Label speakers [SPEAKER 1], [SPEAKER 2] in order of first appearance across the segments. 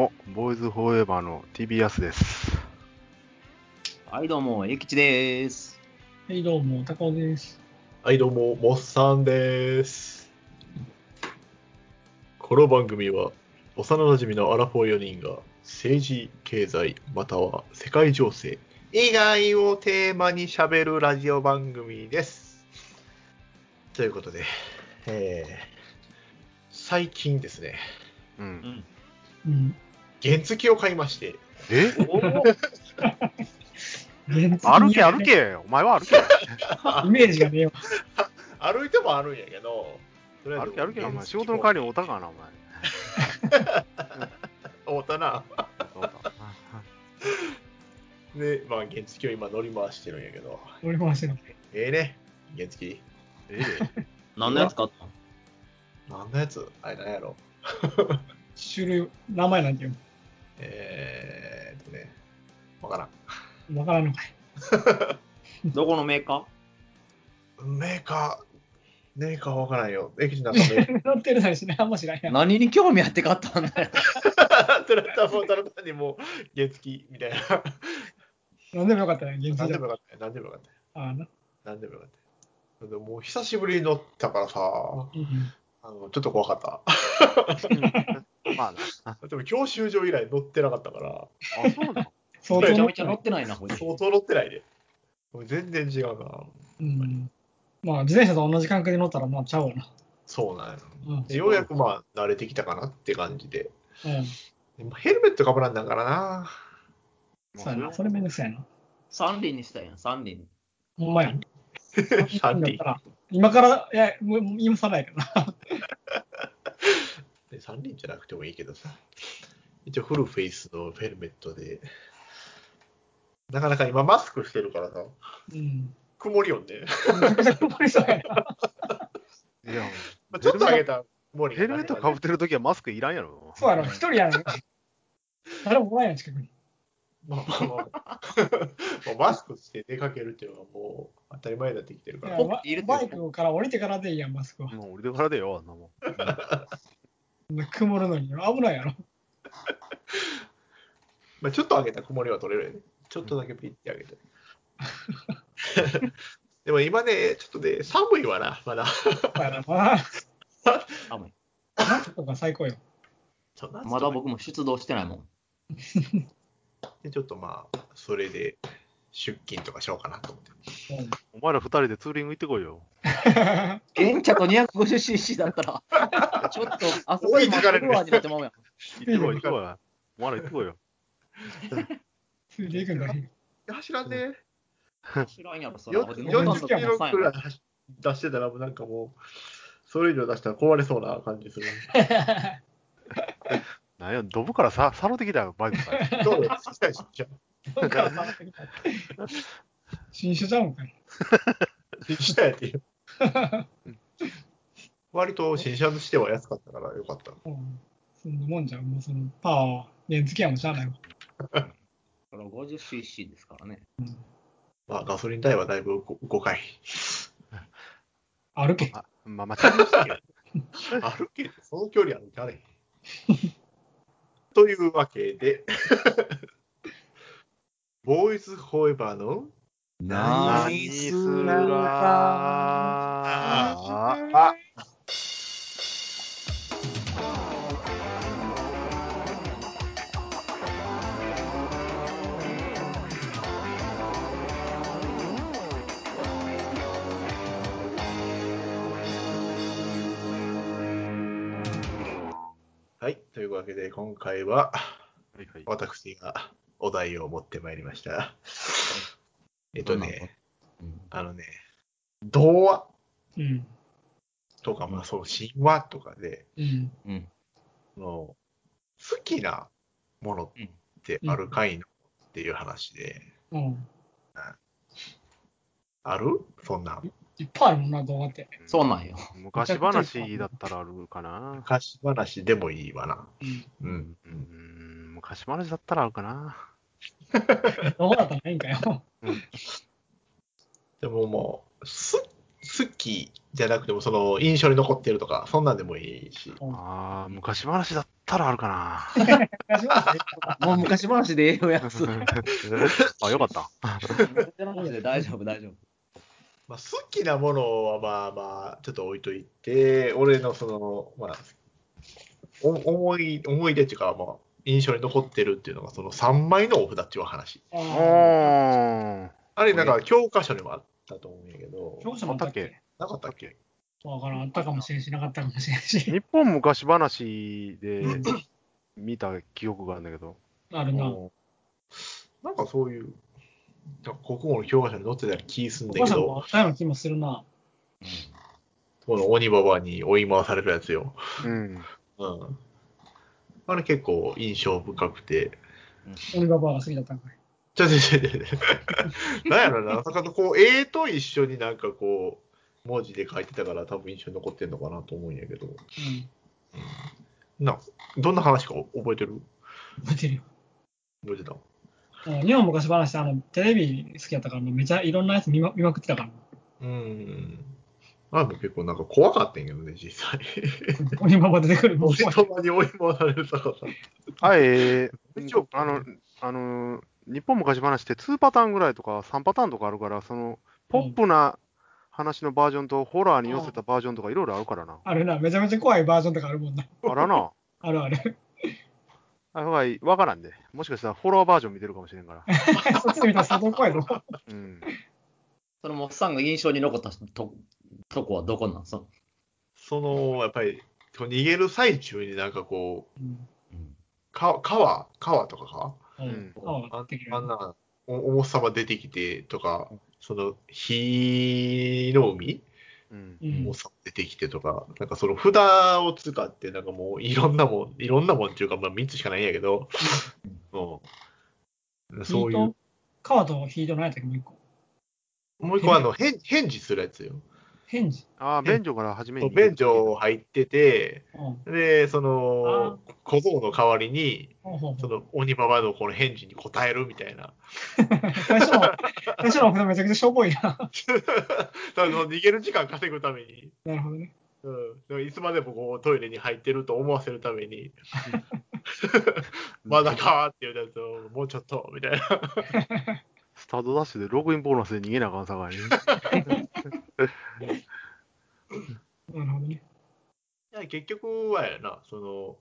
[SPEAKER 1] ズフォーエバーの TBS です。
[SPEAKER 2] はい、どうも、えきちです。
[SPEAKER 3] はい、どうも、高尾です。
[SPEAKER 4] はい、どうも、モッさんです。この番組は、幼馴染のアラフォー4人が、政治、経済、または世界情勢以外をテーマに喋るラジオ番組です。ということで、えー最近ですね、
[SPEAKER 1] うん。
[SPEAKER 3] うん。
[SPEAKER 4] 原付を買いまして、
[SPEAKER 1] え
[SPEAKER 3] 原付
[SPEAKER 1] 歩け歩けお前は歩け
[SPEAKER 3] イメージがねえよ。
[SPEAKER 4] 歩いてもあるんやけど、とりあえ
[SPEAKER 1] 歩
[SPEAKER 4] ず
[SPEAKER 1] け歩けお前
[SPEAKER 4] 原
[SPEAKER 1] 仕
[SPEAKER 4] 付
[SPEAKER 1] 事の帰りにおたかなお前。
[SPEAKER 4] も会うたな。
[SPEAKER 1] おた
[SPEAKER 4] で、まあ、原付を今乗り回してるんやけど、
[SPEAKER 3] 俺も走るの。
[SPEAKER 4] ええね、原付。
[SPEAKER 1] ええで
[SPEAKER 2] 何のやつ買ったの
[SPEAKER 4] なんのやつあれなんやろ
[SPEAKER 3] 種類、名前なんていう
[SPEAKER 4] えーっとね、わから
[SPEAKER 3] のわからんのか い。
[SPEAKER 2] どこのメーカ
[SPEAKER 4] ん。メーカー、メーカーわからんよ。駅地なんかメーカ
[SPEAKER 3] 乗ってるなりしね、あんま知らんや
[SPEAKER 2] ー
[SPEAKER 3] ん。
[SPEAKER 2] 何に興味あって買ったんだよ。
[SPEAKER 4] ー、 トラッタフォータルタにもう原付みたいな。
[SPEAKER 3] 何でもよかったね、原付
[SPEAKER 4] 何で
[SPEAKER 3] だ
[SPEAKER 4] も。よかったよ。何でもよかったよ。
[SPEAKER 3] ああ、な。
[SPEAKER 4] 何でもよかったよ。でももう久しぶりに乗ったからさ、
[SPEAKER 3] うん
[SPEAKER 4] あのちょっと怖かっ
[SPEAKER 1] まあな。あ
[SPEAKER 4] た。でも教習所以来乗ってなかったから、
[SPEAKER 1] そうなの
[SPEAKER 3] 相
[SPEAKER 2] めち
[SPEAKER 3] 当
[SPEAKER 2] ゃ
[SPEAKER 3] 乗
[SPEAKER 2] め
[SPEAKER 3] っ
[SPEAKER 2] ち
[SPEAKER 3] て
[SPEAKER 2] ゃ
[SPEAKER 3] な
[SPEAKER 2] 乗
[SPEAKER 3] い
[SPEAKER 2] っ。てないな、これ。
[SPEAKER 4] 相当乗ってないで。もう全然違うな。
[SPEAKER 3] うん。まあ、自転車と同じ感覚で乗ったら、まあ、ちゃおうな。
[SPEAKER 4] そうなんや。
[SPEAKER 3] うん。
[SPEAKER 4] でようやくまあ慣れてきたかなって感じで。
[SPEAKER 3] うん。
[SPEAKER 4] でもヘルメットかぶらんなんからな。
[SPEAKER 3] そうやな。それめんどくさいな。
[SPEAKER 2] 三輪にしたやん、三輪。
[SPEAKER 3] ほんまや。
[SPEAKER 4] 三輪
[SPEAKER 3] だったら今から、いや、もう今更やけどな。
[SPEAKER 4] で3輪じゃなくてもいいけどさ一応フルフェイスのヘルメットでなかなか今マスクしてるからさ
[SPEAKER 3] うん。
[SPEAKER 4] 曇りよんね
[SPEAKER 3] めちゃくちゃ困りそうやな。
[SPEAKER 1] いや、
[SPEAKER 4] まあちょっと上げた曇り
[SPEAKER 1] ヘルメットかぶっててるときはマスクいらんやろ。
[SPEAKER 3] そうやろ、一人やろ。誰もおらんやん、近くに。
[SPEAKER 4] まあまあまあもうマスクして出かけるっていうのはもう当たり前になってきてる
[SPEAKER 3] い
[SPEAKER 4] か
[SPEAKER 3] や
[SPEAKER 4] ら
[SPEAKER 2] ポッ
[SPEAKER 3] バ
[SPEAKER 2] て入れて
[SPEAKER 3] バイクから降りてからでいいやん、マスクは。
[SPEAKER 1] もう俺でからでよ、あんなもん。
[SPEAKER 3] 曇るのに危ないやろ。
[SPEAKER 4] まあちょっと上げた曇りは取れるよねちょっとだけピッて上 げてでも今ねちょっとね寒いわなまだ
[SPEAKER 3] そうやなまあ、
[SPEAKER 2] 寒い
[SPEAKER 3] 夏とか最高よ。
[SPEAKER 4] そう夏とか
[SPEAKER 2] まだ僕も出動してない もん。
[SPEAKER 4] でちょっとまあそれで出勤とかしようかなと思って
[SPEAKER 1] お前ら二人でツーリング行ってこいよ。
[SPEAKER 2] 原着 250cc だったら、 ちょっと遊びに行くわになってまうや
[SPEAKER 1] 行
[SPEAKER 2] ん。
[SPEAKER 1] ってこい、行ってこい。お前ら行ってこいよ。
[SPEAKER 3] ついていくんだね。
[SPEAKER 4] 走らんねー
[SPEAKER 2] 知らんやろ、それ。俺乗ったんだか
[SPEAKER 4] 40キ
[SPEAKER 2] ら
[SPEAKER 4] ロ
[SPEAKER 2] さ
[SPEAKER 4] くらい走出してたら、出してたらなんかもう、それ以上出したら壊れそうな感 じする。
[SPEAKER 1] なんや、ドブからさ、さろてきたよ、バイクさ。
[SPEAKER 4] どうですかじゃ
[SPEAKER 3] どっから買ってきた新種ちゃうんかい。
[SPEAKER 4] あ新車やっていう。割と新車としては安かったからよかった。
[SPEAKER 3] うんそんなもんじゃん、もうそのパワーは原付やもんしゃあないわ。
[SPEAKER 2] 50cc ですからね。
[SPEAKER 4] まあガソリン代はだいぶ5回。
[SPEAKER 3] 歩け。
[SPEAKER 1] あ、まあ、間違えましたけど。
[SPEAKER 4] 歩けてその距離歩かれへん。 というわけで、 ボーイズフォーエバーの
[SPEAKER 2] ナ
[SPEAKER 1] 何するがー
[SPEAKER 4] あはい、というわけで今回は
[SPEAKER 1] はいはい
[SPEAKER 4] 私がお題を持ってまいりました。えっとね、あのね、童話
[SPEAKER 3] うん。
[SPEAKER 4] とか、まあ、その神話とかで、
[SPEAKER 3] うん。
[SPEAKER 2] うん。
[SPEAKER 4] その好きなものってあるかいのっていう話で、
[SPEAKER 3] うん。
[SPEAKER 4] あるそんない
[SPEAKER 3] っぱいあるもんな、動画って。
[SPEAKER 2] そうなんよ。
[SPEAKER 1] 昔話だったらあるかな。
[SPEAKER 4] 昔話でもいいわな。
[SPEAKER 3] うん。
[SPEAKER 4] うん。
[SPEAKER 1] うーん、昔話だったらあるかな。
[SPEAKER 3] 動画だったらないんかよ。
[SPEAKER 4] でももう、す好きじゃなくても、その印象に残ってるとか、そんなんでもいいし、
[SPEAKER 3] うん
[SPEAKER 1] ああ、昔話だっったらあるかな。
[SPEAKER 3] 昔話で
[SPEAKER 2] もう昔話でええよや つ。
[SPEAKER 1] あ、よかった。
[SPEAKER 2] 昔話で大丈夫、大丈夫。
[SPEAKER 4] まあ、好きなものはまあまあちょっと置いといて俺のそのまあお思い思い出っていうかまあ印象に残ってるっていうのがその3枚のお札っていう話
[SPEAKER 3] あ
[SPEAKER 1] お
[SPEAKER 3] ー
[SPEAKER 1] ー。
[SPEAKER 4] あれなんか教科書にもあったと思うんやけど
[SPEAKER 3] 教科書もあったっ
[SPEAKER 1] あった
[SPEAKER 3] け
[SPEAKER 4] なかったっけ
[SPEAKER 3] わからん。あったかもしれんし、なかったかもしれんし。
[SPEAKER 1] 日本昔話で見た記憶があるんだけど。
[SPEAKER 3] あるな。お
[SPEAKER 1] お
[SPEAKER 4] なんかそういうなんか国語の教科書に載ってたような気すんだ
[SPEAKER 3] 母
[SPEAKER 4] け
[SPEAKER 3] さん
[SPEAKER 4] ど
[SPEAKER 3] もあったような気もするな。
[SPEAKER 4] この鬼ババアに追い回されるやつよ、
[SPEAKER 1] ーうん。
[SPEAKER 4] うん、あれ結構印象深くて
[SPEAKER 3] 俺がバーが好きだったんかい。
[SPEAKER 4] ちょちょちょちょちょ。 なんやろな、なんかこう、絵と一緒になんかこう、文字で書いてたから多分印象に残ってんのかなと思うんやけど。
[SPEAKER 3] うん。
[SPEAKER 4] な、どんな話か覚えてる
[SPEAKER 3] 覚えてるよ。
[SPEAKER 4] 覚えてた
[SPEAKER 3] うん日本昔話ってあの、テレビ好きやったから、もうめちゃいろんなやつ見ま見まくってた から。
[SPEAKER 4] うん。あれも結構なんか怖かったんやけどね、実際。
[SPEAKER 3] 鬼ババア出てくる。もう
[SPEAKER 4] おじとまに追い回される坂さん。
[SPEAKER 1] あえ
[SPEAKER 4] 一応
[SPEAKER 1] ー、あの、あの、日本昔話って2パターンぐらいとか3パターンとかあるから、その、ポップな話のバージョンとホラーに寄せたバージョンとかいろいろあるからな。
[SPEAKER 3] あるな。めちゃめちゃ怖いバージョンとかあるもんな。
[SPEAKER 1] あらな。
[SPEAKER 3] あるある。
[SPEAKER 1] あほらわからんで。もしかしたらフォロワーバージョン見てるかもしれんから。
[SPEAKER 3] そっち見たら相当怖いぞ。
[SPEAKER 1] うん。
[SPEAKER 2] そのおっさんが印象に残ったととこはどこなんその
[SPEAKER 4] その、やっぱり、こう逃げる最中になんかこう、
[SPEAKER 3] うん。
[SPEAKER 2] うん
[SPEAKER 4] か川川とかか
[SPEAKER 3] う
[SPEAKER 1] うん
[SPEAKER 3] ん。あ
[SPEAKER 4] あ
[SPEAKER 3] あ、できる。
[SPEAKER 4] あんな、お重さま出てきてとか、その、火の海
[SPEAKER 1] うん。
[SPEAKER 3] うん
[SPEAKER 4] もうさ出てきてとか、なんかその札を使って、なんかもういろんなもん、いろんなもんっていうか、まあ3つしかないんやけど、うん、そうい
[SPEAKER 3] ヒー
[SPEAKER 4] う
[SPEAKER 3] ト。。川とヒートのやつだっけもう一個。
[SPEAKER 4] もう一個はあの、返返事するやつよ。
[SPEAKER 3] 返事。
[SPEAKER 1] ああ、便所から初めに。
[SPEAKER 4] 便所入ってて、
[SPEAKER 3] うん。
[SPEAKER 4] で、その、小僧の代わりに、
[SPEAKER 3] ほうほう
[SPEAKER 4] そ
[SPEAKER 3] ほう
[SPEAKER 4] の鬼ババアのこの返事に答えるみたいな。
[SPEAKER 3] 最初の、最初のお札めちゃくちゃしょぼいな。
[SPEAKER 4] ただその逃げる時間稼ぐために、
[SPEAKER 3] なるほどね。
[SPEAKER 4] うん、でもいつまでもこうトイレに入ってると思わせるために、 まだかーっていうやつを、もうちょっと、みたいな。
[SPEAKER 1] スタートダッシュでログインボーナスで逃げなあかんさかいに。
[SPEAKER 3] なるほどね。
[SPEAKER 4] いや結局はやな、その、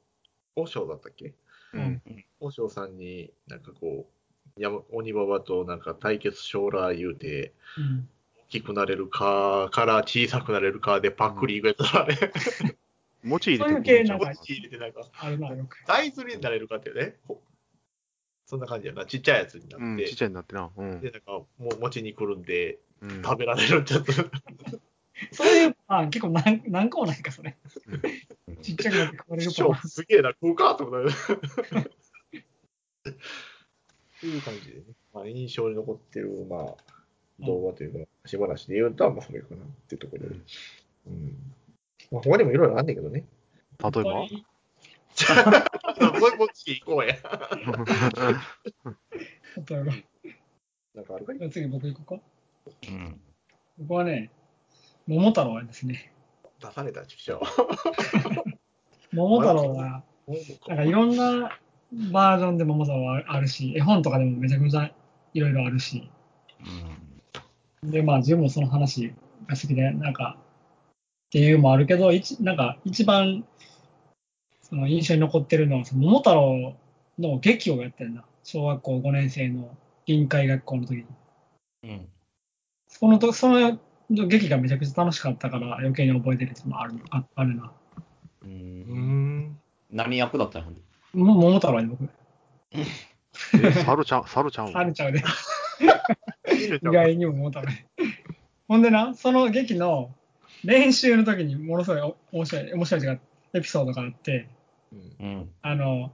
[SPEAKER 4] 和尚だったっけ
[SPEAKER 1] うん。
[SPEAKER 4] 和尚さんに、なんかこう、やま鬼ババとなんか対決将来言うて、
[SPEAKER 3] うん。
[SPEAKER 4] 大きくなれるかから小さくなれるかでパクリ言えたらね、
[SPEAKER 1] 持ち入れて
[SPEAKER 3] そういう系な
[SPEAKER 4] こ
[SPEAKER 3] んか
[SPEAKER 4] っち入れてなんか、
[SPEAKER 3] あるな、よく。
[SPEAKER 4] 大豆になれるかってね、こそんな感じやな、ちっちゃいやつにな
[SPEAKER 1] うん、
[SPEAKER 4] っ、
[SPEAKER 1] ちってちゃいになってな。うん。
[SPEAKER 4] で、なんか、もう持ちに来るんで、
[SPEAKER 1] うん
[SPEAKER 4] 食べられるってやつ。
[SPEAKER 3] そういう、あ、結構何何個もないか、それ
[SPEAKER 1] うん。
[SPEAKER 3] ちっちゃくなって壊れる
[SPEAKER 4] 師匠
[SPEAKER 3] か
[SPEAKER 4] すげえな、食うかと 思ったっていう感じでね、まあ、印象に残ってる、まあ、動画というか、しばらしで言うと、まあ、それかなっていうところで。うん。まあ、他に もいろいろあるんだけどね。
[SPEAKER 1] 例えば
[SPEAKER 3] い
[SPEAKER 4] もうもう次行こうや。
[SPEAKER 3] 例えば。
[SPEAKER 4] なんかあるかい
[SPEAKER 3] じゃあ次僕行こうか。
[SPEAKER 2] うん
[SPEAKER 3] 僕はね、桃太郎はですね。
[SPEAKER 4] 出された、畜生。
[SPEAKER 3] 桃太郎は、なんかいろんなバージョンで桃太郎はあるし、絵本とかでもめちゃくちゃいろいろあるし。
[SPEAKER 2] うん
[SPEAKER 3] で、まあ、自分もその話が好きで、なんか、っていうのもあるけど、一なんか、一番、その印象に残ってるのは、その桃太郎の劇をやってるな。小学校5年生の臨海学校の時に。
[SPEAKER 2] うん
[SPEAKER 3] そのと、その劇がめちゃくちゃ楽しかったから、余計に覚えてるっていうのもあるああるな。
[SPEAKER 2] う
[SPEAKER 4] うんん。
[SPEAKER 2] 何役だったの
[SPEAKER 3] も桃太郎に僕、
[SPEAKER 1] え 猿ちゃん、猿ちゃん
[SPEAKER 3] あ
[SPEAKER 1] は。
[SPEAKER 3] るちゃうで、
[SPEAKER 4] 意
[SPEAKER 3] 意外にも桃太郎 に。ほんでな、その劇の練習の時にものすごいお面白い、面白い違うエピソードがあって、
[SPEAKER 2] うん
[SPEAKER 3] あの、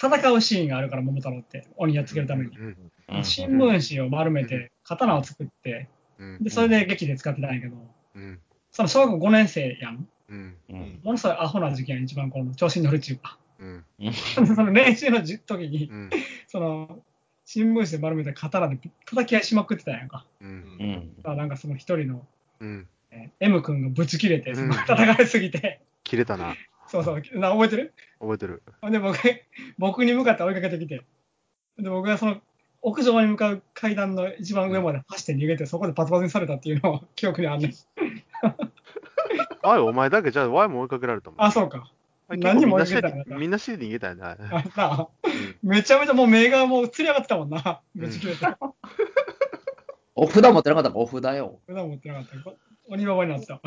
[SPEAKER 3] 戦うシーンがあるから、桃太郎って、鬼やっつけるために。
[SPEAKER 1] うん
[SPEAKER 2] うん
[SPEAKER 3] 新聞紙を丸めて、刀を作って、
[SPEAKER 1] うん
[SPEAKER 3] で、それで劇で使ってたんやけど、
[SPEAKER 1] うん
[SPEAKER 3] その小学校5年生やん。
[SPEAKER 1] うん
[SPEAKER 2] うん
[SPEAKER 3] ものすごいアホな時期やん、一番この調子に乗るっていうか。
[SPEAKER 1] うん
[SPEAKER 3] でその練習のじ時に
[SPEAKER 1] う、ん
[SPEAKER 3] その、新聞紙で丸めて刀で叩き合いしまくってたんやんか。
[SPEAKER 1] うん
[SPEAKER 2] うん
[SPEAKER 3] まあなんかその一人の、
[SPEAKER 1] うん
[SPEAKER 3] えー M 君がぶち切れて、
[SPEAKER 1] うん
[SPEAKER 3] その戦いすぎて、
[SPEAKER 1] 切れたな。
[SPEAKER 3] そうそう、な覚えてる
[SPEAKER 1] 覚えてる。
[SPEAKER 3] ほんで、僕、僕に向かって追いかけてきて、で、僕がその、屋上に向かう階段の一番上まで走って逃げて、そこでパツパツにされたっていうのを記憶にあんねん。
[SPEAKER 1] あい、お前だけじゃ、ワイも追いかけられたもん。
[SPEAKER 3] あ、そうか。
[SPEAKER 1] あれ
[SPEAKER 3] 何人も追いか
[SPEAKER 1] 結
[SPEAKER 3] けた
[SPEAKER 1] 構
[SPEAKER 3] んだ
[SPEAKER 1] みんなしてみんなして逃げたよね。あれ
[SPEAKER 3] あさ
[SPEAKER 1] ん、
[SPEAKER 3] めちゃめちゃもう目がもうつり上がってたもんな。
[SPEAKER 1] ん
[SPEAKER 3] めちゃ切れた。
[SPEAKER 2] お札持ってなかったからお札よ。
[SPEAKER 3] 普段持ってなかったこ。鬼ババになってた。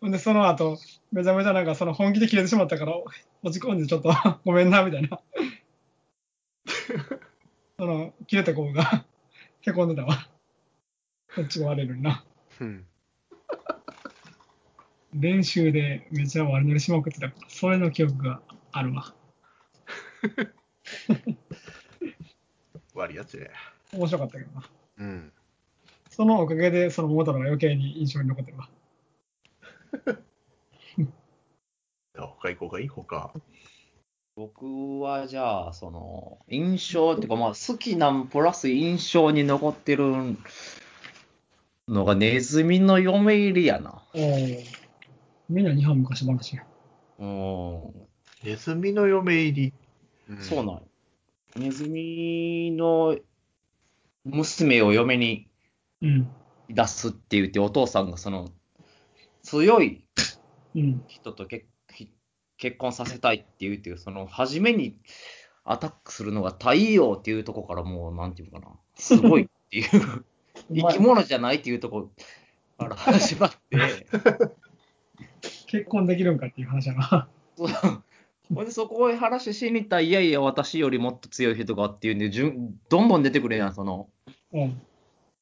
[SPEAKER 3] ほんで、その後、めちゃめちゃなんかその本気で切れてしまったから、落ち込んでちょっと ごめんな、みたいな。 その、切れた子が、へこんでたわ。こっちが悪いのにな。
[SPEAKER 1] うん。
[SPEAKER 3] 練習でめちゃ悪乗りしまくってたから、それの記憶があるわ。
[SPEAKER 4] 悪いやつね。
[SPEAKER 3] 面白かったけどな。
[SPEAKER 1] うん。
[SPEAKER 3] そのおかげで、その桃太郎が余計に印象に残ってるわ。
[SPEAKER 4] じゃあ他行こうかいい他。
[SPEAKER 2] 僕はじゃあ、その、印象っていうか、まあ、好きなんプラス印象に残ってるのが、ネズミの嫁入りやな。
[SPEAKER 3] おーみんな日本昔話や。
[SPEAKER 2] うん。
[SPEAKER 4] ネズミの嫁入り。
[SPEAKER 2] そうなんの。ネズミの娘を嫁に
[SPEAKER 3] うん。
[SPEAKER 2] 出すって言って、お父さんがその、強い
[SPEAKER 3] うん。
[SPEAKER 2] 人と結結婚させたいって言うっていう、その初めにアタックするのが太陽っていうとこからもう、なんていうのかな、すごいっていう、
[SPEAKER 3] うま
[SPEAKER 2] 生
[SPEAKER 3] い
[SPEAKER 2] き物じゃないっていうとこから始まって、
[SPEAKER 3] 結婚できるんかっていう話やな。
[SPEAKER 2] そうほんでそこへ話しに行ったら、いやいや、私よりもっと強い人がっていうんで、じゅんどんどん出てくるやん、その、
[SPEAKER 3] うん。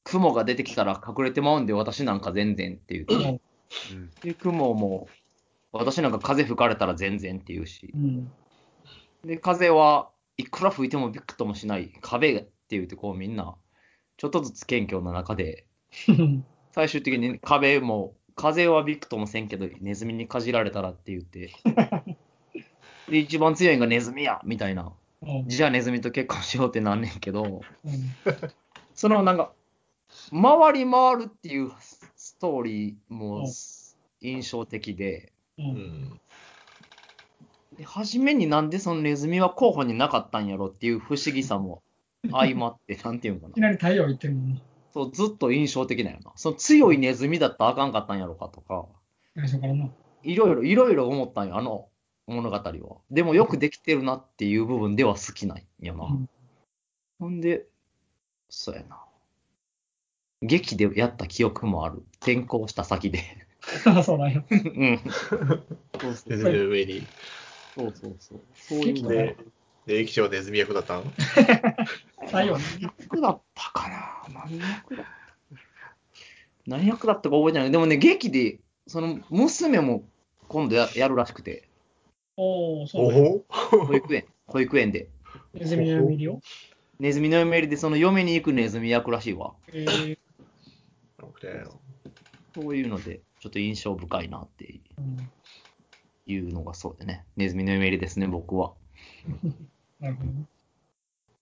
[SPEAKER 2] 雲が出てきたら隠れてまうんで、私なんか全然っていう
[SPEAKER 3] う
[SPEAKER 2] て。
[SPEAKER 3] ん
[SPEAKER 1] うん。
[SPEAKER 2] で、雲も、私なんか風吹かれたら全然っていうし。
[SPEAKER 3] うん。
[SPEAKER 2] で、風はいくら吹いてもびくともしない壁っていうて、こうみんな、ちょっとずつ謙虚な中で、最終的に壁も、風はびくともせんけど、ネズミにかじられたらって言って、で、一番強いのがネズミやみたいな。
[SPEAKER 3] うん
[SPEAKER 2] じゃあネズミと結婚しようってなんねんけど、
[SPEAKER 3] うん
[SPEAKER 2] そのなんか、回り回るっていうストーリーも印象的で、
[SPEAKER 3] う
[SPEAKER 4] うんん。
[SPEAKER 2] で初めになんでそのネズミは候補になかったんやろっていう不思議さも相まって、なんていうの
[SPEAKER 3] い
[SPEAKER 2] か
[SPEAKER 3] き
[SPEAKER 2] な。
[SPEAKER 3] なり太陽行ってるもんね
[SPEAKER 2] そう、ずっと印象的なんやな。その強いネズミだったらあかんかったんやろかとか、
[SPEAKER 3] 最初からの。
[SPEAKER 2] いろいろ、いろいろ思ったんよ、あの物語は。でもよくできてるなっていう部分では好きなんやな。
[SPEAKER 3] うん
[SPEAKER 2] ほんで、そうやな。劇でやった記憶もある。転校した先で。
[SPEAKER 3] そうなん や。
[SPEAKER 2] うん。そうそ
[SPEAKER 4] ネ
[SPEAKER 2] う
[SPEAKER 4] ズミの嫁入り。
[SPEAKER 2] そうそうそう。そういうのが
[SPEAKER 4] で、で、駅長はネズミ役だったん
[SPEAKER 3] 太陽。
[SPEAKER 2] 何役だったかな何役だった何役だったか覚えてない。でもね、劇で、その娘も今度ややるらしくて、
[SPEAKER 3] おお、そう
[SPEAKER 4] お
[SPEAKER 3] なんや。
[SPEAKER 4] ほ
[SPEAKER 2] 保育園、保育園で。
[SPEAKER 3] ネズミの見るよ。
[SPEAKER 2] ネズミの嫁入りで、その嫁に行くネズミ役らしいわ。
[SPEAKER 3] えー
[SPEAKER 2] そういうので、ちょっと印象深いなって
[SPEAKER 3] うん
[SPEAKER 2] いうのがそうでね。ネズミの嫁入りですね、僕は。
[SPEAKER 3] なるほどね。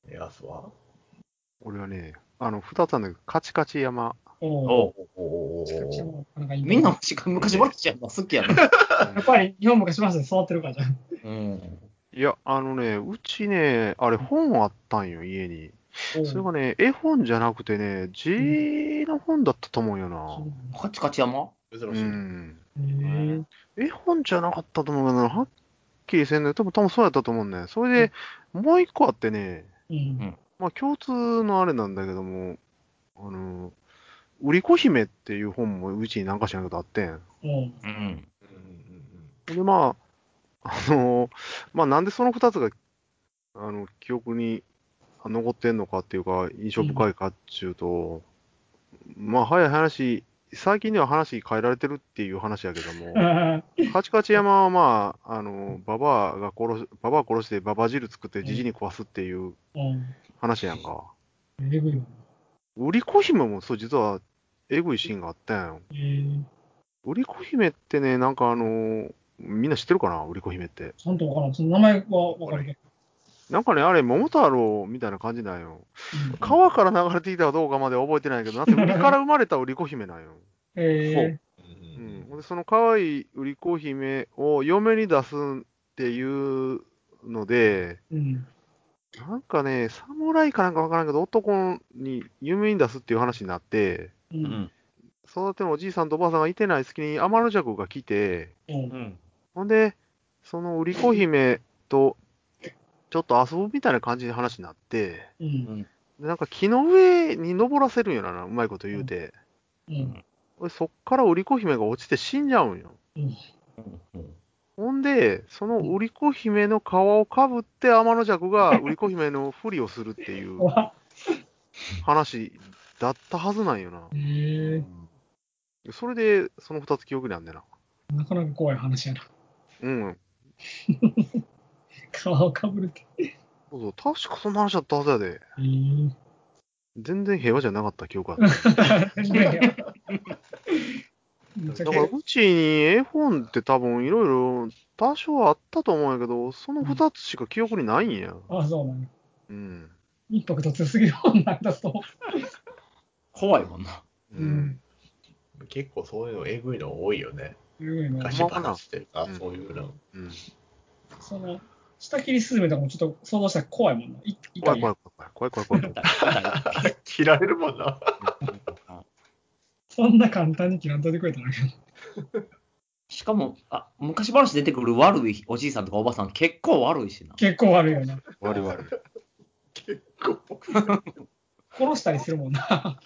[SPEAKER 4] エアースは
[SPEAKER 1] 俺はね、あの、二つあるんだけど、カチカチ 山。
[SPEAKER 3] おお。
[SPEAKER 2] おう
[SPEAKER 4] お
[SPEAKER 3] しかし
[SPEAKER 4] ー
[SPEAKER 3] もなかなかいい
[SPEAKER 2] みんな昔昔話やんな、好きやな。
[SPEAKER 3] やっぱり日本昔話で育ってるからじゃん。
[SPEAKER 2] うん。
[SPEAKER 1] いや、あのね、うちね、あれ本あったんよ、家に。
[SPEAKER 3] おー
[SPEAKER 1] それがね、絵本じゃなくてね、字の本だったと思うよな。
[SPEAKER 2] カチカチ山
[SPEAKER 1] う
[SPEAKER 4] 珍しい。
[SPEAKER 1] ん。
[SPEAKER 3] えー
[SPEAKER 1] 絵本じゃなかったと思うけどな、はっきりせんね。多分、多分そうやったと思うね。それで、もう一個あってね、
[SPEAKER 3] うん
[SPEAKER 1] まあ共通のあれなんだけども、あの、売り子姫っていう本もうちに何かしらのことあってん。
[SPEAKER 3] おー
[SPEAKER 2] うん。
[SPEAKER 4] うんうん
[SPEAKER 1] で、まあ、あの、まあ、なんでその二つが、あの、記憶に残ってんのかっていうか、印象深いかっていうと、まあ、早い話、最近では話変えられてるっていう話やけども、
[SPEAKER 3] あ
[SPEAKER 1] カチカチ山はまあ、あの、ババアが殺し、ババア殺してババア汁作ってじじに食わすっていう
[SPEAKER 3] ーおー
[SPEAKER 1] 話やんか。
[SPEAKER 3] えぐいわ。
[SPEAKER 1] 売り子姫もそう、実は、えぐいシーンがあったんよ。
[SPEAKER 3] えー
[SPEAKER 1] 売り子姫ってね、なんかあのみんな知ってるかな売り子姫って。
[SPEAKER 3] ちゃんとわからん。その名前はわかるけど。
[SPEAKER 1] なんかね、あれ、桃太郎みたいな感じなんよ。
[SPEAKER 3] うん
[SPEAKER 1] 川から流れていたかどうかまでは覚えてないけど、なんて海から生まれた売り子姫なんよ。
[SPEAKER 3] えー
[SPEAKER 4] うんうん
[SPEAKER 1] うん、ほんでその可愛い売り子姫を嫁に出すっていうので、
[SPEAKER 3] うん。
[SPEAKER 1] なんかね、侍かなんかわからんけど、男に嫁に出すっていう話になって、
[SPEAKER 3] う。
[SPEAKER 2] うんん。
[SPEAKER 1] 育てのおじいさんとおばあさんがいてない隙に天の邪鬼が来て、
[SPEAKER 3] うん
[SPEAKER 2] うん。
[SPEAKER 1] ほんで、その売り子姫とちょっと遊ぶみたいな感じの話になって、
[SPEAKER 3] う
[SPEAKER 2] うん
[SPEAKER 3] ん。
[SPEAKER 1] でなんか木の上に登らせるんよな、うまいこと言うて。
[SPEAKER 3] うん。
[SPEAKER 1] ほいでそっから売り子姫が落ちて死んじゃうんよ。
[SPEAKER 2] うん。
[SPEAKER 1] ほんで、その売り子姫の皮をかぶって天の邪鬼が売り子姫のふりをするっていう
[SPEAKER 3] わ
[SPEAKER 1] 話だったはずなんよな。
[SPEAKER 3] へえ
[SPEAKER 1] それで、その2つ記憶にあんねんな。
[SPEAKER 3] なかなか怖い話やな。
[SPEAKER 1] うん。
[SPEAKER 3] 皮をかぶるって。
[SPEAKER 1] そうそう、確かそんな話だったはずやで。
[SPEAKER 3] えー
[SPEAKER 1] 全然平和じゃなかった記憶あ る。
[SPEAKER 3] いやいやめっちゃ
[SPEAKER 1] だから、
[SPEAKER 3] 怖いう
[SPEAKER 1] ちに絵本って多分いろいろ多少あったと思うんやけど、その2つしか記憶にないんや。
[SPEAKER 3] あ、そうなの。
[SPEAKER 1] うん。
[SPEAKER 3] インパクト強すぎるもんなんだと。
[SPEAKER 2] 怖いもんな。
[SPEAKER 1] う
[SPEAKER 3] うんん。
[SPEAKER 4] 結構そういうのえぐいの多いよね。
[SPEAKER 3] すごいな。
[SPEAKER 4] 昔話っていうか
[SPEAKER 1] うん、
[SPEAKER 4] そういうの。
[SPEAKER 1] うん。
[SPEAKER 3] その、下切りスズメとかもちょっと想像したら怖いもんな。い痛
[SPEAKER 1] 怖
[SPEAKER 3] い
[SPEAKER 1] い
[SPEAKER 3] やん
[SPEAKER 1] 怖い怖い怖い怖い怖い怖い。
[SPEAKER 4] 切られるもんな。
[SPEAKER 3] そんな簡単に切らんといてくれたらあかん。
[SPEAKER 2] しかも、あ、昔話出てくる悪いおじいさんとかおばさん結構悪いし な。
[SPEAKER 3] 結構悪いよな。
[SPEAKER 1] 悪い悪い。
[SPEAKER 4] 結構。
[SPEAKER 3] 殺したりするもんな。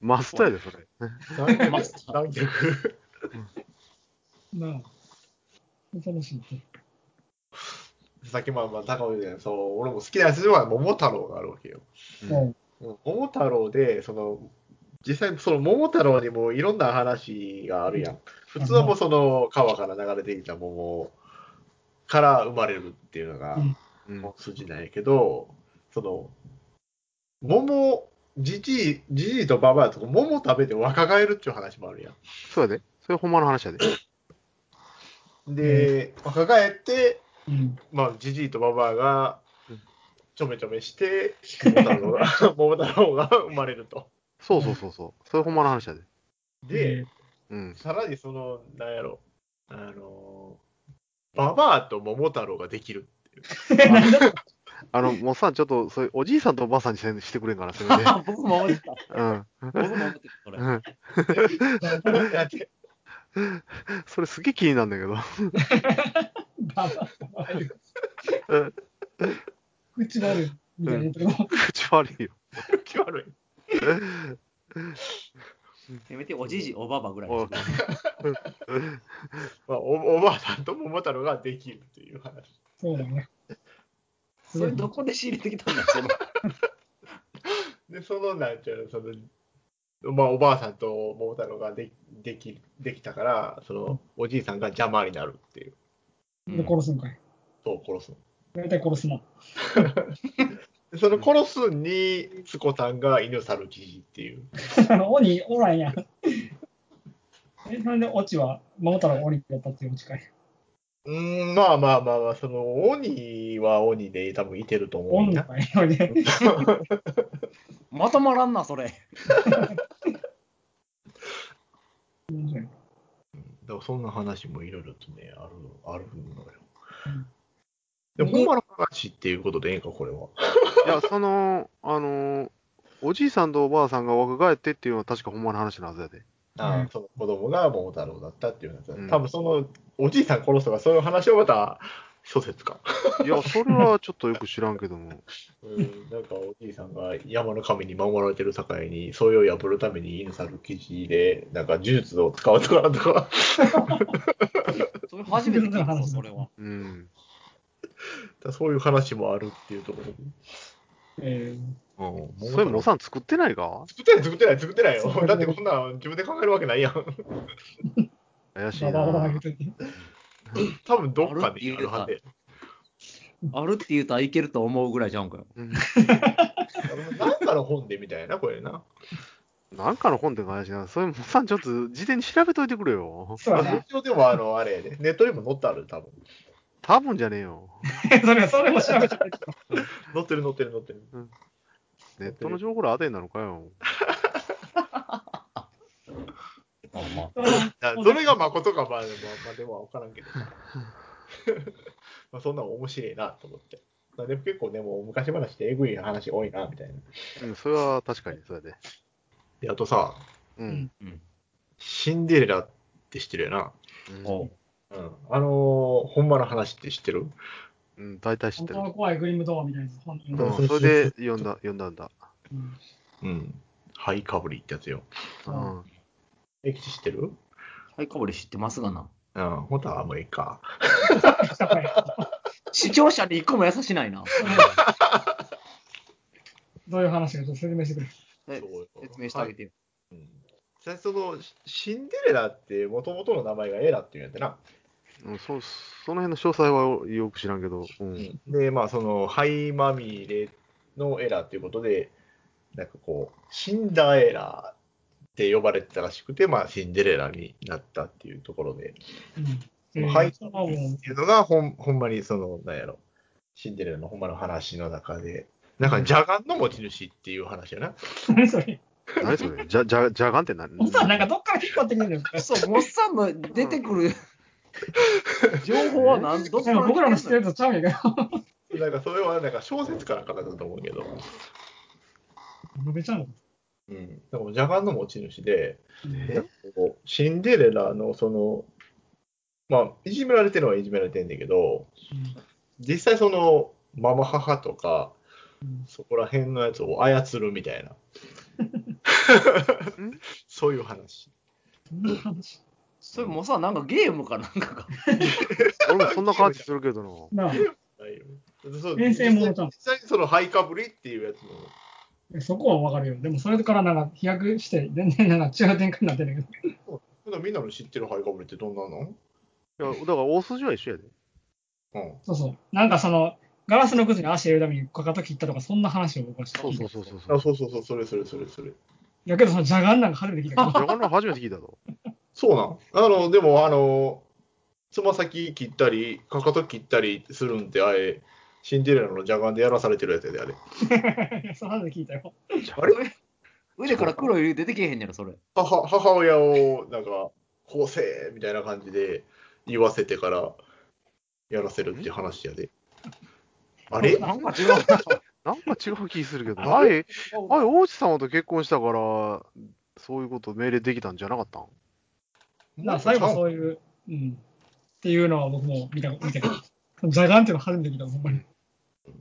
[SPEAKER 1] マストやで、それ。
[SPEAKER 4] 何脚何脚
[SPEAKER 3] なあ。楽しいって。
[SPEAKER 4] さっきまあまあ高尾みたいな、そう、俺も好きなやつでは桃太郎があるわけよ。
[SPEAKER 1] うん
[SPEAKER 3] うん。
[SPEAKER 4] うん桃太郎で、その、実際にその桃太郎にもいろんな話があるやん。普通はもうその川から流れてきた桃から生まれるっていうのが
[SPEAKER 3] うん
[SPEAKER 1] うん
[SPEAKER 4] もう筋なんやけど、その、桃、じじい、じじいとばばやと桃食べて若返るっていう話もあるやん。
[SPEAKER 1] そうやで。それほんまの話やで。
[SPEAKER 4] で、若返って、
[SPEAKER 3] うん。
[SPEAKER 4] まあ、じじいとばばあが
[SPEAKER 1] うん、
[SPEAKER 4] ちょめちょめ して、桃太郎が、桃太郎が生まれると。
[SPEAKER 1] そうそうそうそう。それほんまの話やで。
[SPEAKER 4] で、
[SPEAKER 1] うん。
[SPEAKER 4] さらにその、なんやろ、あのー、ばばあと桃太郎ができる。
[SPEAKER 1] あの、もうさ、ちょっと、それ、おじいさんとおばあさんにせんしてくれんかな、せめ て。
[SPEAKER 2] 僕も思ってた。
[SPEAKER 1] うん。
[SPEAKER 2] 僕も思ってた、それ。
[SPEAKER 1] うん
[SPEAKER 4] だって
[SPEAKER 1] それすげえ気になるんだけど。
[SPEAKER 3] ババ
[SPEAKER 1] うん
[SPEAKER 3] 口悪いみたいなとこ。
[SPEAKER 1] 口悪いよ。
[SPEAKER 4] 気悪い。
[SPEAKER 2] せめておじいじ、おばばぐらいに
[SPEAKER 1] お
[SPEAKER 2] してくれ。
[SPEAKER 4] まあお、おばあさんと桃太郎ができるっていう話。
[SPEAKER 3] そうだね。
[SPEAKER 2] それどこで仕入れてきたんだ、その。
[SPEAKER 4] で、その、なんちゃうの、その、まあ、おばあさんと桃太郎がでできできたから、その、おじいさんが邪魔になるっていう。
[SPEAKER 3] で殺すんかい。
[SPEAKER 4] そう、殺すの。
[SPEAKER 3] 大体殺すな。
[SPEAKER 4] でその殺すんに、つこさんが犬猿じじいっていう。
[SPEAKER 3] 鬼おらんやん。え、それでオチは、桃太郎が鬼だったっていうオチかい。
[SPEAKER 4] うーん、まあまあまあまあ、その、鬼は鬼で多分いてると思う
[SPEAKER 3] 鬼
[SPEAKER 4] な。
[SPEAKER 3] かい。ほいで
[SPEAKER 2] まとまらんな、それ。
[SPEAKER 3] 面白い
[SPEAKER 4] だからそんな話もいろいろとね、ある、あるのよ。
[SPEAKER 3] うん
[SPEAKER 4] でも、ほんまの話っていうことでええんか、これは。
[SPEAKER 1] いや、その、あの、おじいさんとおばあさんが若返ってっていうのは確かほんまの話なはずやで。
[SPEAKER 4] ああ、その子供が桃太郎だったっていうのは、
[SPEAKER 1] うん
[SPEAKER 4] 多分その、おじいさん殺すとか、そういう話をまた、諸説か。
[SPEAKER 1] いや、それはちょっとよく知らんけども。
[SPEAKER 4] うん、なんかおじいさんが山の神に守られてる境に、それを破るために犬猿記事で、なんか呪術を使うとかなんとか、
[SPEAKER 2] それ初めて聞いたぞ、それは。
[SPEAKER 1] うん。
[SPEAKER 4] そういう話もあるっていうところで。
[SPEAKER 3] えー
[SPEAKER 1] それ、 もさん作ってないか
[SPEAKER 4] 作ってない、作ってない、作ってない
[SPEAKER 3] そ
[SPEAKER 4] よ。
[SPEAKER 3] う
[SPEAKER 4] だってこんなん自分で考えるわけないやん。
[SPEAKER 1] 怪しい
[SPEAKER 3] ババババ
[SPEAKER 1] な
[SPEAKER 3] 言う。といて
[SPEAKER 4] 多分どっかであるはずや
[SPEAKER 2] あるって言うたらいけると思うぐらいじゃうんかよ。
[SPEAKER 1] うん
[SPEAKER 4] なんかの本でみたいな、これな。
[SPEAKER 1] なんかの本で怪しいな。それ、もさんちょっと事前に調べといてくれよ。
[SPEAKER 3] そうやな。
[SPEAKER 4] 一応でも、あの、あれやで、ネットにも載ってある、多分。
[SPEAKER 1] 多分じゃねえよ。
[SPEAKER 3] それ、それも調べちゃって。
[SPEAKER 4] 載ってる、載ってる、載ってる。
[SPEAKER 1] ネットの情報ら当てになのかよ。
[SPEAKER 2] まあまあ。
[SPEAKER 4] だからどれが誠か、まあ、まあ、まあ、でも分からん けど。まあ、そんなの面白いなと思って。まあでも結構ね、もう昔話でえぐい話多いな、みたいな。
[SPEAKER 1] うん、それは確かにそれで。
[SPEAKER 4] で、あとさ、
[SPEAKER 1] うん。
[SPEAKER 2] うん。
[SPEAKER 4] シンデレラって知ってるよな。
[SPEAKER 2] おう
[SPEAKER 4] うん。あのー、ほんまの話って知ってる
[SPEAKER 1] うん、大体知っ
[SPEAKER 3] 本
[SPEAKER 1] て
[SPEAKER 3] 当
[SPEAKER 1] る。
[SPEAKER 3] の怖いグリムドアみたいなやつ。本当
[SPEAKER 1] う
[SPEAKER 3] に
[SPEAKER 1] ん、それで読んだ、読んだんだ。
[SPEAKER 3] うん
[SPEAKER 4] うん。ハイかぶりってやつよ。
[SPEAKER 1] うん。
[SPEAKER 4] 歴史知ってる
[SPEAKER 2] ハイカブリ知ってますがな。
[SPEAKER 4] うん。本当はあんまりいいか。
[SPEAKER 2] 視聴者に一個も優しないな。
[SPEAKER 3] どういう話かちょっと説明してくれ。
[SPEAKER 2] え
[SPEAKER 4] そうよ
[SPEAKER 2] 説明してあげてよ。
[SPEAKER 4] うん。それその、シンデレラって元々の名前がエラっていうんやってな。
[SPEAKER 1] うん、そその辺の詳細はよく知らんけど、うん。
[SPEAKER 4] で、まあ、その、灰まみれのエラーということで、なんかこう、シンダエラーって呼ばれてたらしくて、まあ、シンデレラになったっていうところで、
[SPEAKER 3] うん
[SPEAKER 4] はい
[SPEAKER 3] それはもう
[SPEAKER 4] っていうのがほん、ほんまにその、なんやろ、シンデレラのほんまの話の中で、なんか、邪眼の持ち主っていう話やな。
[SPEAKER 3] 何それ。
[SPEAKER 1] 何それじゃ、じゃ、じゃがんって何
[SPEAKER 3] おっさんなんかどっから引っ張ってくるんだよ。
[SPEAKER 2] そう、モッサンの出てく る情報は何度
[SPEAKER 3] でも僕らの知ってるとちゃうんやけど。
[SPEAKER 4] なんか、それはなんか小説からかなと思うけど、
[SPEAKER 3] 述べちゃうの
[SPEAKER 4] うん。でも、邪眼の持ち主で、
[SPEAKER 1] え
[SPEAKER 4] こうシンデレラのその、まあ、いじめられてるのはいじめられてんだけど、実際その、ママ母とか、
[SPEAKER 3] うん
[SPEAKER 4] そこら辺のやつを操るみたいな
[SPEAKER 1] ん。
[SPEAKER 4] そういう話。
[SPEAKER 3] そんな話。
[SPEAKER 2] それモッサンなんかゲームかなんかか。
[SPEAKER 1] 俺もそんな感じするけどな。
[SPEAKER 3] なあ
[SPEAKER 4] はいそう
[SPEAKER 3] 遠征ものじゃん
[SPEAKER 4] 実際にその、ハイかぶりっていうやつも、
[SPEAKER 3] そこはわかるよ。でもそれからなんか飛躍して、全然なんか違う展開になってるけど。
[SPEAKER 4] 普段みんなの知ってるハイかぶりってどんなの
[SPEAKER 1] いや、だから大筋は一緒やで。
[SPEAKER 4] うん。
[SPEAKER 3] そうそう。なんかその、ガラスの靴に足入れるためにかかと切ったとか、そんな話を僕はした。
[SPEAKER 1] そうそうそうそうそ
[SPEAKER 4] あ
[SPEAKER 1] う。
[SPEAKER 4] そうそうそう、それそれそれそれ。
[SPEAKER 3] いやけど、その邪眼なんか初めて聞いたけ
[SPEAKER 1] じ
[SPEAKER 3] ど。
[SPEAKER 1] ゃがんの初めて聞いた ぞ。
[SPEAKER 4] そうなんあの、でも、あの、つま先切ったり、かかと切ったりするんで、あれ、シンデレラの邪眼でやらされてるやつやで、あれ。
[SPEAKER 3] いやその話で聞いたよ。
[SPEAKER 4] あれ
[SPEAKER 2] 腕から黒い竜出てけへんやろ、それ。
[SPEAKER 4] 母母親をなんかこうせーみたいな感じで言わせてからやらせるっていう話やで。あれ
[SPEAKER 1] なんか違う。なんか違う気するけど。あい、あい、王子様と結婚したから、そういうこと命令できたんじゃなかったん
[SPEAKER 3] なあ最後そういう、うん。っていうのは僕も見た見たけど。邪眼っていうのは初めて聞いた、ほん まに。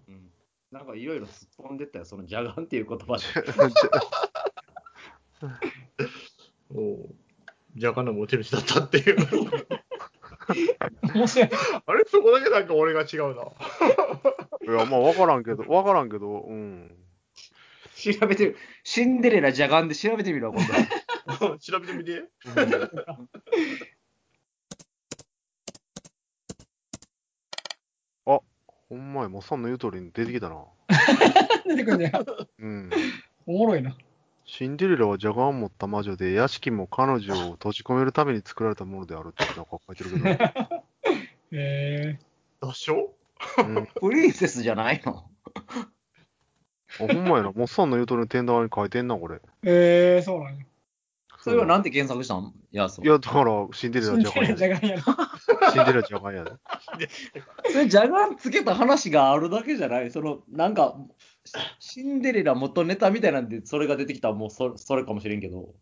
[SPEAKER 2] うんなんかいろいろすっ飛んでったよ、その邪眼っていう言葉で。
[SPEAKER 4] うん若干の持ち主だったっていう。
[SPEAKER 3] 面白い。
[SPEAKER 4] あれそこだけなんか俺が違うな。
[SPEAKER 1] いや、まあ分からん けど、分からんけど、うん。
[SPEAKER 2] 調べてる。シンデレラ邪眼で調べてみろ、今 度。
[SPEAKER 4] 調べてみて。
[SPEAKER 1] ほんまや、もっさんの言う通りに出てきたな。
[SPEAKER 3] 出てくるね。
[SPEAKER 1] うん。
[SPEAKER 3] おもろいな。
[SPEAKER 1] シンデレラは邪眼を持った魔女で、屋敷も彼女を閉じ込めるために作られたものであるってなんか書いてる け
[SPEAKER 3] え
[SPEAKER 4] 多少
[SPEAKER 1] ど、うん、
[SPEAKER 2] プリンセスじゃないの
[SPEAKER 1] あほんまやな、モッサンの言う通りの天玉に書いてんな、これ。
[SPEAKER 3] ー、えー、そうなんや。
[SPEAKER 2] それはなんて検索したんいや、そう。
[SPEAKER 1] いや、だから、シンデレ
[SPEAKER 3] 死
[SPEAKER 1] ラ
[SPEAKER 3] んで
[SPEAKER 1] 邪眼
[SPEAKER 3] る
[SPEAKER 1] や
[SPEAKER 3] じ
[SPEAKER 1] で。
[SPEAKER 3] ゃがいやろ。
[SPEAKER 1] シンデレラ邪眼やで。
[SPEAKER 2] それ邪眼つけた話があるだけじゃないその、なんか、シンデレラ元ネタみたいなんで、それが出てきたらもうそれそれかもしれんけど。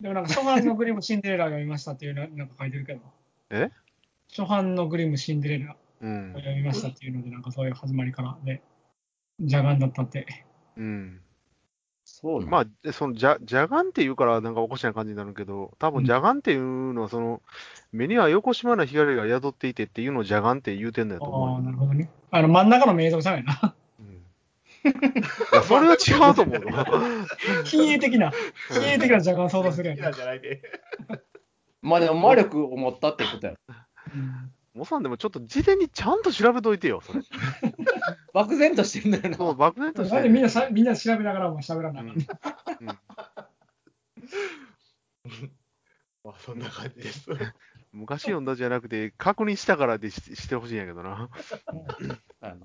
[SPEAKER 3] でもなんか、初版のグリムシンデレラを読みましたっていうのなんか書いてるけど。
[SPEAKER 1] え
[SPEAKER 3] 初版のグリムシンデレラ
[SPEAKER 1] う
[SPEAKER 3] を
[SPEAKER 1] ん。
[SPEAKER 3] 読みましたっていうので、なんかそういう始まりからで、邪眼だったって。
[SPEAKER 1] うん。
[SPEAKER 2] そうなの、
[SPEAKER 1] まあ、でその邪邪眼っていうから、なんかおかしな感じになるけど、多分
[SPEAKER 3] うん
[SPEAKER 1] 邪眼っていうのは、その、目には横島な光が宿っていてっていうのを邪眼って言うてんだよと
[SPEAKER 3] あ
[SPEAKER 1] 思
[SPEAKER 3] あ、
[SPEAKER 1] う
[SPEAKER 3] な
[SPEAKER 1] よ
[SPEAKER 3] る。ほどね。あの、真ん中の名像じゃない な。
[SPEAKER 1] うんいやそれは違うと思うな。
[SPEAKER 3] 金鋭的な、金鋭的な邪眼を想像するやん
[SPEAKER 4] 好きなんじゃないで。
[SPEAKER 2] まあでも魔力を持ったってことやろ。
[SPEAKER 3] うん
[SPEAKER 1] モさんでもちょっと事前にちゃんと調べといてよ、そ れ。
[SPEAKER 2] 漠然としてんだよな。
[SPEAKER 1] そう、漠然とし
[SPEAKER 3] な
[SPEAKER 1] て
[SPEAKER 3] んでみんなしゃみんな調べながらも喋ら
[SPEAKER 1] う
[SPEAKER 3] ない、
[SPEAKER 1] ん
[SPEAKER 4] まあそんな感 じです。
[SPEAKER 1] 昔読んだじゃなくて、確認したからでししてほしいんやけどな。
[SPEAKER 2] そうやな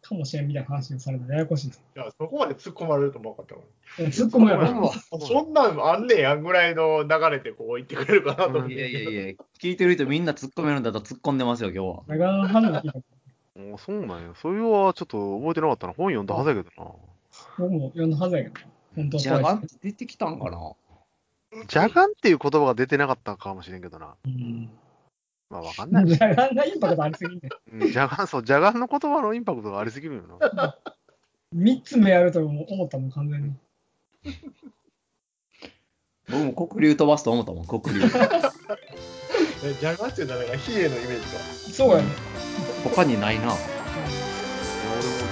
[SPEAKER 3] かもしれんみたいな話をされたらややこしいです。
[SPEAKER 4] いや、そこまで突っ込まれると思わなかったから。
[SPEAKER 3] 突っ込むやろ。
[SPEAKER 4] そんなんあんねやぐらいの流れでこう言ってくれるかなと思っ
[SPEAKER 1] うん
[SPEAKER 4] て。
[SPEAKER 2] いやいやいや、聞いてる人みんな突っ込めるんだったら突っ込んでますよ、今日は。
[SPEAKER 3] 長野花火聞いた。
[SPEAKER 1] もうそうなんや。それはちょっと覚えてなかったな。本読んだはずやけど
[SPEAKER 3] 僕も読んだはずやけど。本当
[SPEAKER 2] じゃがんって出てきたんかな
[SPEAKER 1] な。ジャガンっていう言葉が出てなかったかもしれんけどな。
[SPEAKER 3] うん。
[SPEAKER 1] まあわかんない。
[SPEAKER 3] じゃがんなインパクトありすぎんね。
[SPEAKER 1] うんジャガン、そう、ジャガンの言葉のインパクトがありすぎるよな。
[SPEAKER 3] 3つ目やると思ったもん、完全に。
[SPEAKER 2] 僕も黒竜飛ばすと思ったもん、黒 竜。
[SPEAKER 4] えジャガーっていうのはなんかヒエのイメージが。
[SPEAKER 3] そうやね。
[SPEAKER 2] 他にないな。
[SPEAKER 1] いや俺も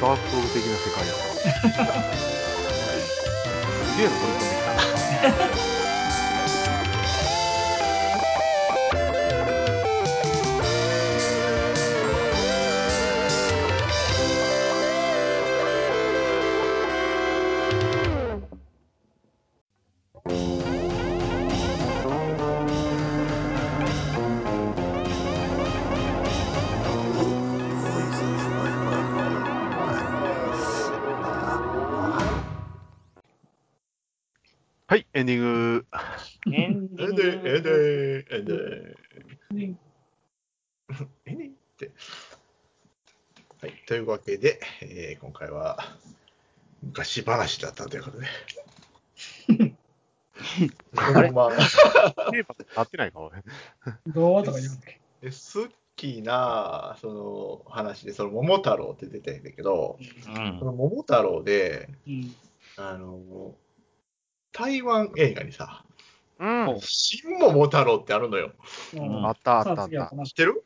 [SPEAKER 1] ダークソウル的な世界やなすげえなこれ飛んできたはいエンディング
[SPEAKER 2] エン
[SPEAKER 4] えで、えで、えで。えねって。はい、というわけで、えー今回は昔話だったとい うことで。まあ
[SPEAKER 1] テーマ合ってないか俺
[SPEAKER 3] どうとか言うわけ。
[SPEAKER 4] で好きなその話で、その桃太郎って出てるんだけど、
[SPEAKER 2] うん
[SPEAKER 4] そ。の桃太郎で、
[SPEAKER 3] うん。
[SPEAKER 4] あの、台湾映画にさ、
[SPEAKER 1] うん
[SPEAKER 4] 新桃太郎ってあるのよ。
[SPEAKER 2] うん
[SPEAKER 1] あったあったあ
[SPEAKER 3] さあ、
[SPEAKER 1] っ
[SPEAKER 3] 次は
[SPEAKER 1] た
[SPEAKER 3] この
[SPEAKER 4] 知ってる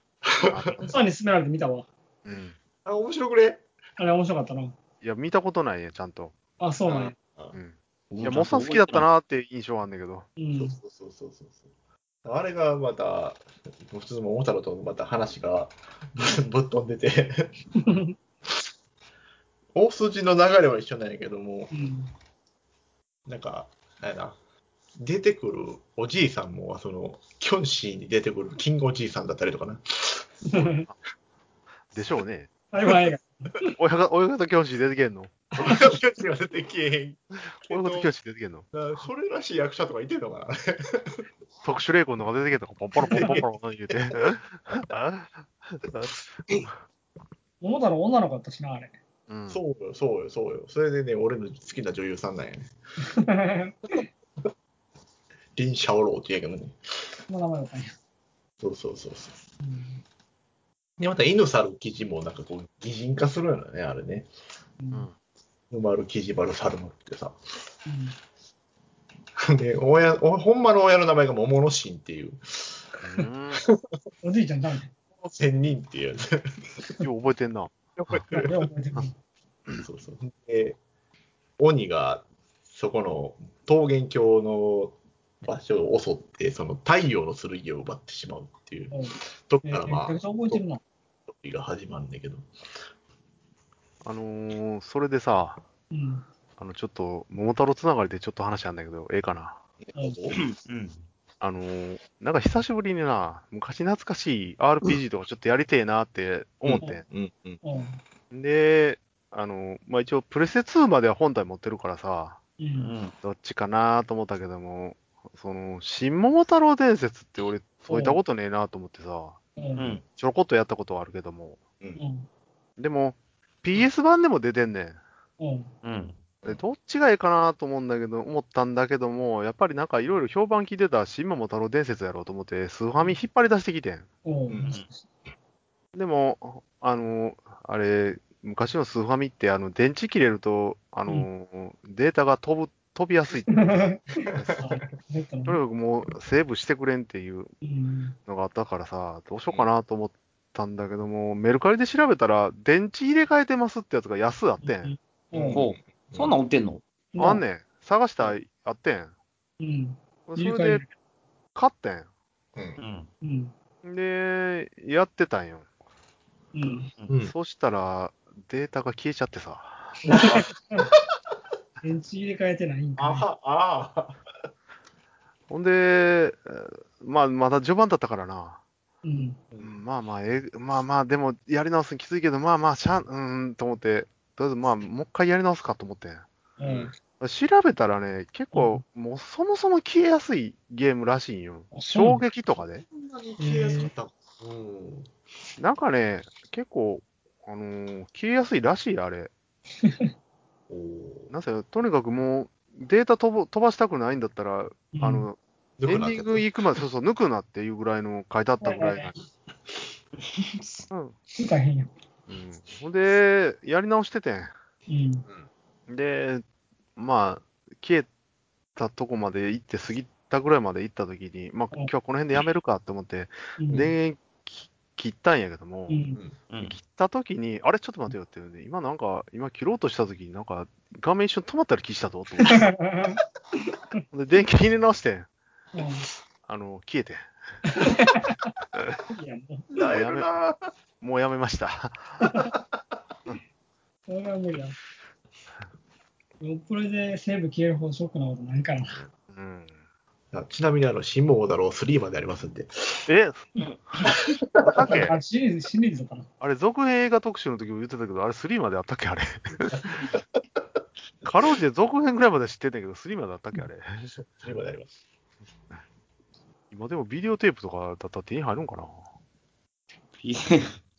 [SPEAKER 1] あった
[SPEAKER 3] さんに勧められて見たわ。
[SPEAKER 1] うん
[SPEAKER 4] あ、面白くね
[SPEAKER 3] あれ面白かったな。
[SPEAKER 1] いや見たことないねちゃんと
[SPEAKER 3] あ、そうなんや。
[SPEAKER 1] うんいやモッサン好きだった。なーって印象はあんだけど
[SPEAKER 3] う。
[SPEAKER 4] そうんそうそうそうそうそう。あれがまた、普通の桃太郎とまた話が ぶっ飛んでて、大筋の流れは一緒なんやけども、
[SPEAKER 3] うん
[SPEAKER 4] なんか、あれな、出てくるおじいさんも、その、キョンシーに出てくるキングおじいさんだったりとかな。
[SPEAKER 1] でしょうね
[SPEAKER 3] 台湾映画。
[SPEAKER 1] 親方親方教師出てけんの
[SPEAKER 4] 俺がキョンシーが出てきえへんけ
[SPEAKER 1] 親
[SPEAKER 4] ど。
[SPEAKER 1] 方教師出てけんの
[SPEAKER 4] なそれらしい役者とかいてんのかな
[SPEAKER 1] 特殊霊魂の方が出てけんのかポンポロポンポロポン言うて
[SPEAKER 3] 桃太郎女の子だったしな、あれ。
[SPEAKER 1] うん
[SPEAKER 4] そうよ、そうよ、そうよ。それでね、俺の好きな女優さんなんやね。リン・シャオローって言うやけどね。
[SPEAKER 3] その名前だったんや。
[SPEAKER 4] そうそうそうそう。
[SPEAKER 3] うん
[SPEAKER 4] で、また、犬猿記事もなんかこう、擬人化するよね、あれね。
[SPEAKER 1] う
[SPEAKER 3] うん
[SPEAKER 1] ん
[SPEAKER 4] 犬丸記事丸猿丸ってさ。 で、親、おほんまの親の名前が桃の神っていう、
[SPEAKER 1] うん
[SPEAKER 3] おじいちゃんだめ。
[SPEAKER 4] 仙人っていうやつ。
[SPEAKER 1] よう覚えてんな
[SPEAKER 3] あれ覚えてる
[SPEAKER 4] そうそう。で、鬼が、そこの桃源郷の場所を襲って、その太陽の剣を奪ってしまうっていう
[SPEAKER 3] うん
[SPEAKER 4] とこ
[SPEAKER 3] え
[SPEAKER 4] から、
[SPEAKER 3] ーめち
[SPEAKER 4] ま
[SPEAKER 3] ゃ
[SPEAKER 4] あ、
[SPEAKER 3] くちゃ覚えてるな。
[SPEAKER 4] ストーリーが始まるんだけど。
[SPEAKER 1] あのーそれでさ
[SPEAKER 3] うん。
[SPEAKER 1] あの、ちょっと、桃太郎つながりでちょっと話あんだけど、ええかな。
[SPEAKER 2] うん。
[SPEAKER 1] あのーなんか久しぶりにな、昔懐かしい RPG とかちょっとやりてえなって思って、
[SPEAKER 4] うんうん。
[SPEAKER 3] うん
[SPEAKER 1] ん、で、あのーまあ、一応、プレステ2までは本体持ってるからさ、
[SPEAKER 3] う。
[SPEAKER 2] うんん。
[SPEAKER 1] どっちかなと思ったけども、その、新桃太郎伝説って俺、そういったことねえなと思ってさ、
[SPEAKER 3] う。
[SPEAKER 2] うんん。
[SPEAKER 1] ちょこっとやったことはあるけども、
[SPEAKER 3] うん。
[SPEAKER 1] でも、PS 版でも出てんねん。
[SPEAKER 3] うん。
[SPEAKER 2] うん。
[SPEAKER 1] でどっちがいいかなと思うんだけど、思ったんだけども、やっぱりなんかいろいろ評判聞いてた新桃太郎伝説やろうと思って、スーファミ引っ張り出してきてん。
[SPEAKER 3] うん
[SPEAKER 4] うん
[SPEAKER 1] でも、あの、あれ、昔のスーファミって、あの、電池切れると、あの、データが飛ぶ、飛びやすいって。とにかくもうセーブしてくれんっていう
[SPEAKER 3] うん。
[SPEAKER 1] のがあったからさ、どうしようかなと思ったんだけども、メルカリで調べたら、電池入れ替えてますってやつが安あってん。
[SPEAKER 3] うん
[SPEAKER 2] ほう。そんなん売ってんの
[SPEAKER 1] あんねん。探したらあってん。
[SPEAKER 3] うん。
[SPEAKER 1] そ
[SPEAKER 3] 入れ
[SPEAKER 1] れ
[SPEAKER 3] 替え
[SPEAKER 1] で
[SPEAKER 3] る
[SPEAKER 1] 買ってん。
[SPEAKER 4] うん
[SPEAKER 2] ん。
[SPEAKER 3] うん。
[SPEAKER 1] で、やってたんよ。
[SPEAKER 3] うん。
[SPEAKER 4] うん
[SPEAKER 1] そしたら、データが消えちゃってさ。
[SPEAKER 3] 電池入れ替えてないん
[SPEAKER 4] あ
[SPEAKER 3] か
[SPEAKER 4] は、あは。
[SPEAKER 1] ほんで、えーまあ、まだ序盤だったからな。
[SPEAKER 3] い。うん。
[SPEAKER 1] うんまあまあ、えーまあまあ、でも、やり直すのきついけど、まあまあ、しゃあうーん、と思って、とりあえず、まあ、もう一回やり直すかと思って。
[SPEAKER 3] うん。
[SPEAKER 1] 調べたらね、結構、もうそもそも消えやすいゲームらしいんよ。
[SPEAKER 3] あそう
[SPEAKER 1] 衝
[SPEAKER 3] なんだ
[SPEAKER 1] 撃とかで。
[SPEAKER 4] そんなに消えやすかったのうん。
[SPEAKER 1] なんかね、結構、あのー消えやすいらしい、あれ。
[SPEAKER 4] おー
[SPEAKER 1] なんせ、とにかくもう、データ飛ぼ飛ばしたくないんだったら、あ
[SPEAKER 3] うん
[SPEAKER 1] の、エンデ
[SPEAKER 4] 抜くなって
[SPEAKER 1] ィング行くまで、そうそう、抜くなっていうぐらいの書いてあったぐらいなんでうん。
[SPEAKER 3] 大変や。
[SPEAKER 1] うんほんで、やり直してて
[SPEAKER 3] うん。
[SPEAKER 1] ん。で、まあ、消えたとこまで行って、過ぎたぐらいまで行った時に、まあ、
[SPEAKER 3] うん
[SPEAKER 1] 今日はこの辺でやめるかって思って、
[SPEAKER 3] うん
[SPEAKER 1] 電源き切ったんやけども、
[SPEAKER 3] う。
[SPEAKER 4] うんん
[SPEAKER 2] うん
[SPEAKER 1] 切った時に、あれ、ちょっと待てよって言うんで、今なんか、今切ろうとした時に、なんか、画面一瞬止まったり消したぞと 思って、で電気入れ直してん、
[SPEAKER 3] うん
[SPEAKER 1] あの、消えてん、
[SPEAKER 3] いや、もう、
[SPEAKER 4] だいぶな
[SPEAKER 1] もうやめました。
[SPEAKER 3] それは無理だ。ロップレでセーブ消えるほどショックなことないからな。
[SPEAKER 1] うん、
[SPEAKER 4] あちなみに、あの、新モーダロー3までありますんで。
[SPEAKER 1] えあったっけ
[SPEAKER 3] あシリーズ、シリーズだったな。
[SPEAKER 1] あれ、続編映画特集の時も言ってたけど、あれ3まであったっけあれ。かろうじて続編ぐらいまで知ってんだけど、3まであったっけあれ。
[SPEAKER 4] 3まであります。
[SPEAKER 1] 今でもビデオテープとかだったら手に入るんかな。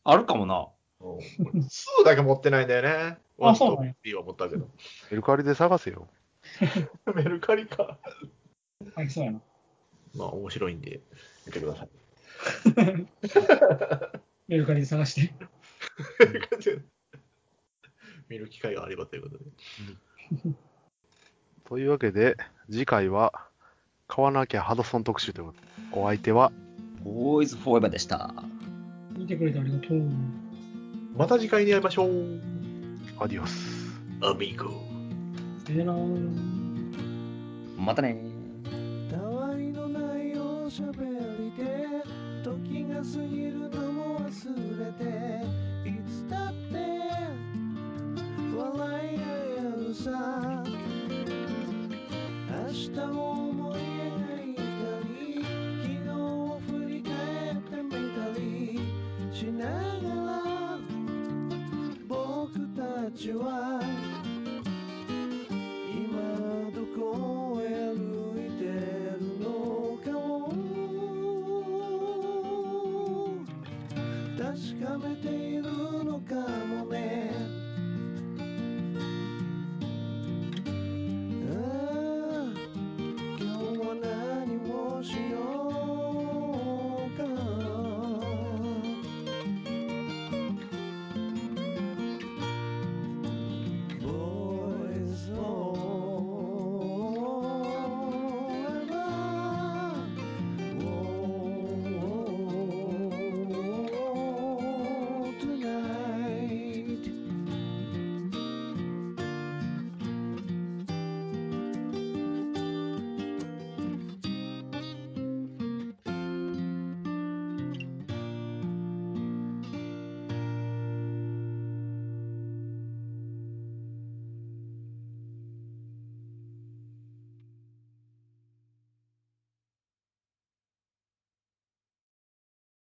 [SPEAKER 2] あるかもな。
[SPEAKER 4] うん俺2だけ持ってないんだよね。
[SPEAKER 3] あそうなんや
[SPEAKER 4] 3は持ったけど。
[SPEAKER 1] メルカリで探せよ。
[SPEAKER 4] メルカリか。
[SPEAKER 3] ありそうやな。
[SPEAKER 4] まあ、面白いんで、見てください。
[SPEAKER 3] メルカリで探して。
[SPEAKER 4] 見る機会があればということで。
[SPEAKER 1] というわけで、次回は、買わなきゃハドソン特集ということでお相手は、
[SPEAKER 2] ボーイズフォーエバーでした。
[SPEAKER 3] 見てくれてありがとう。
[SPEAKER 4] また次回に会いましょう。
[SPEAKER 1] アディオス。
[SPEAKER 4] アミーゴ。
[SPEAKER 3] さよなら。
[SPEAKER 2] またね
[SPEAKER 5] たわいのないおしゃべりで時が過ぎるのも忘れていつだって笑い合えるさ明日を思い描いたり昨日を振り返ってみたりしながら僕たちは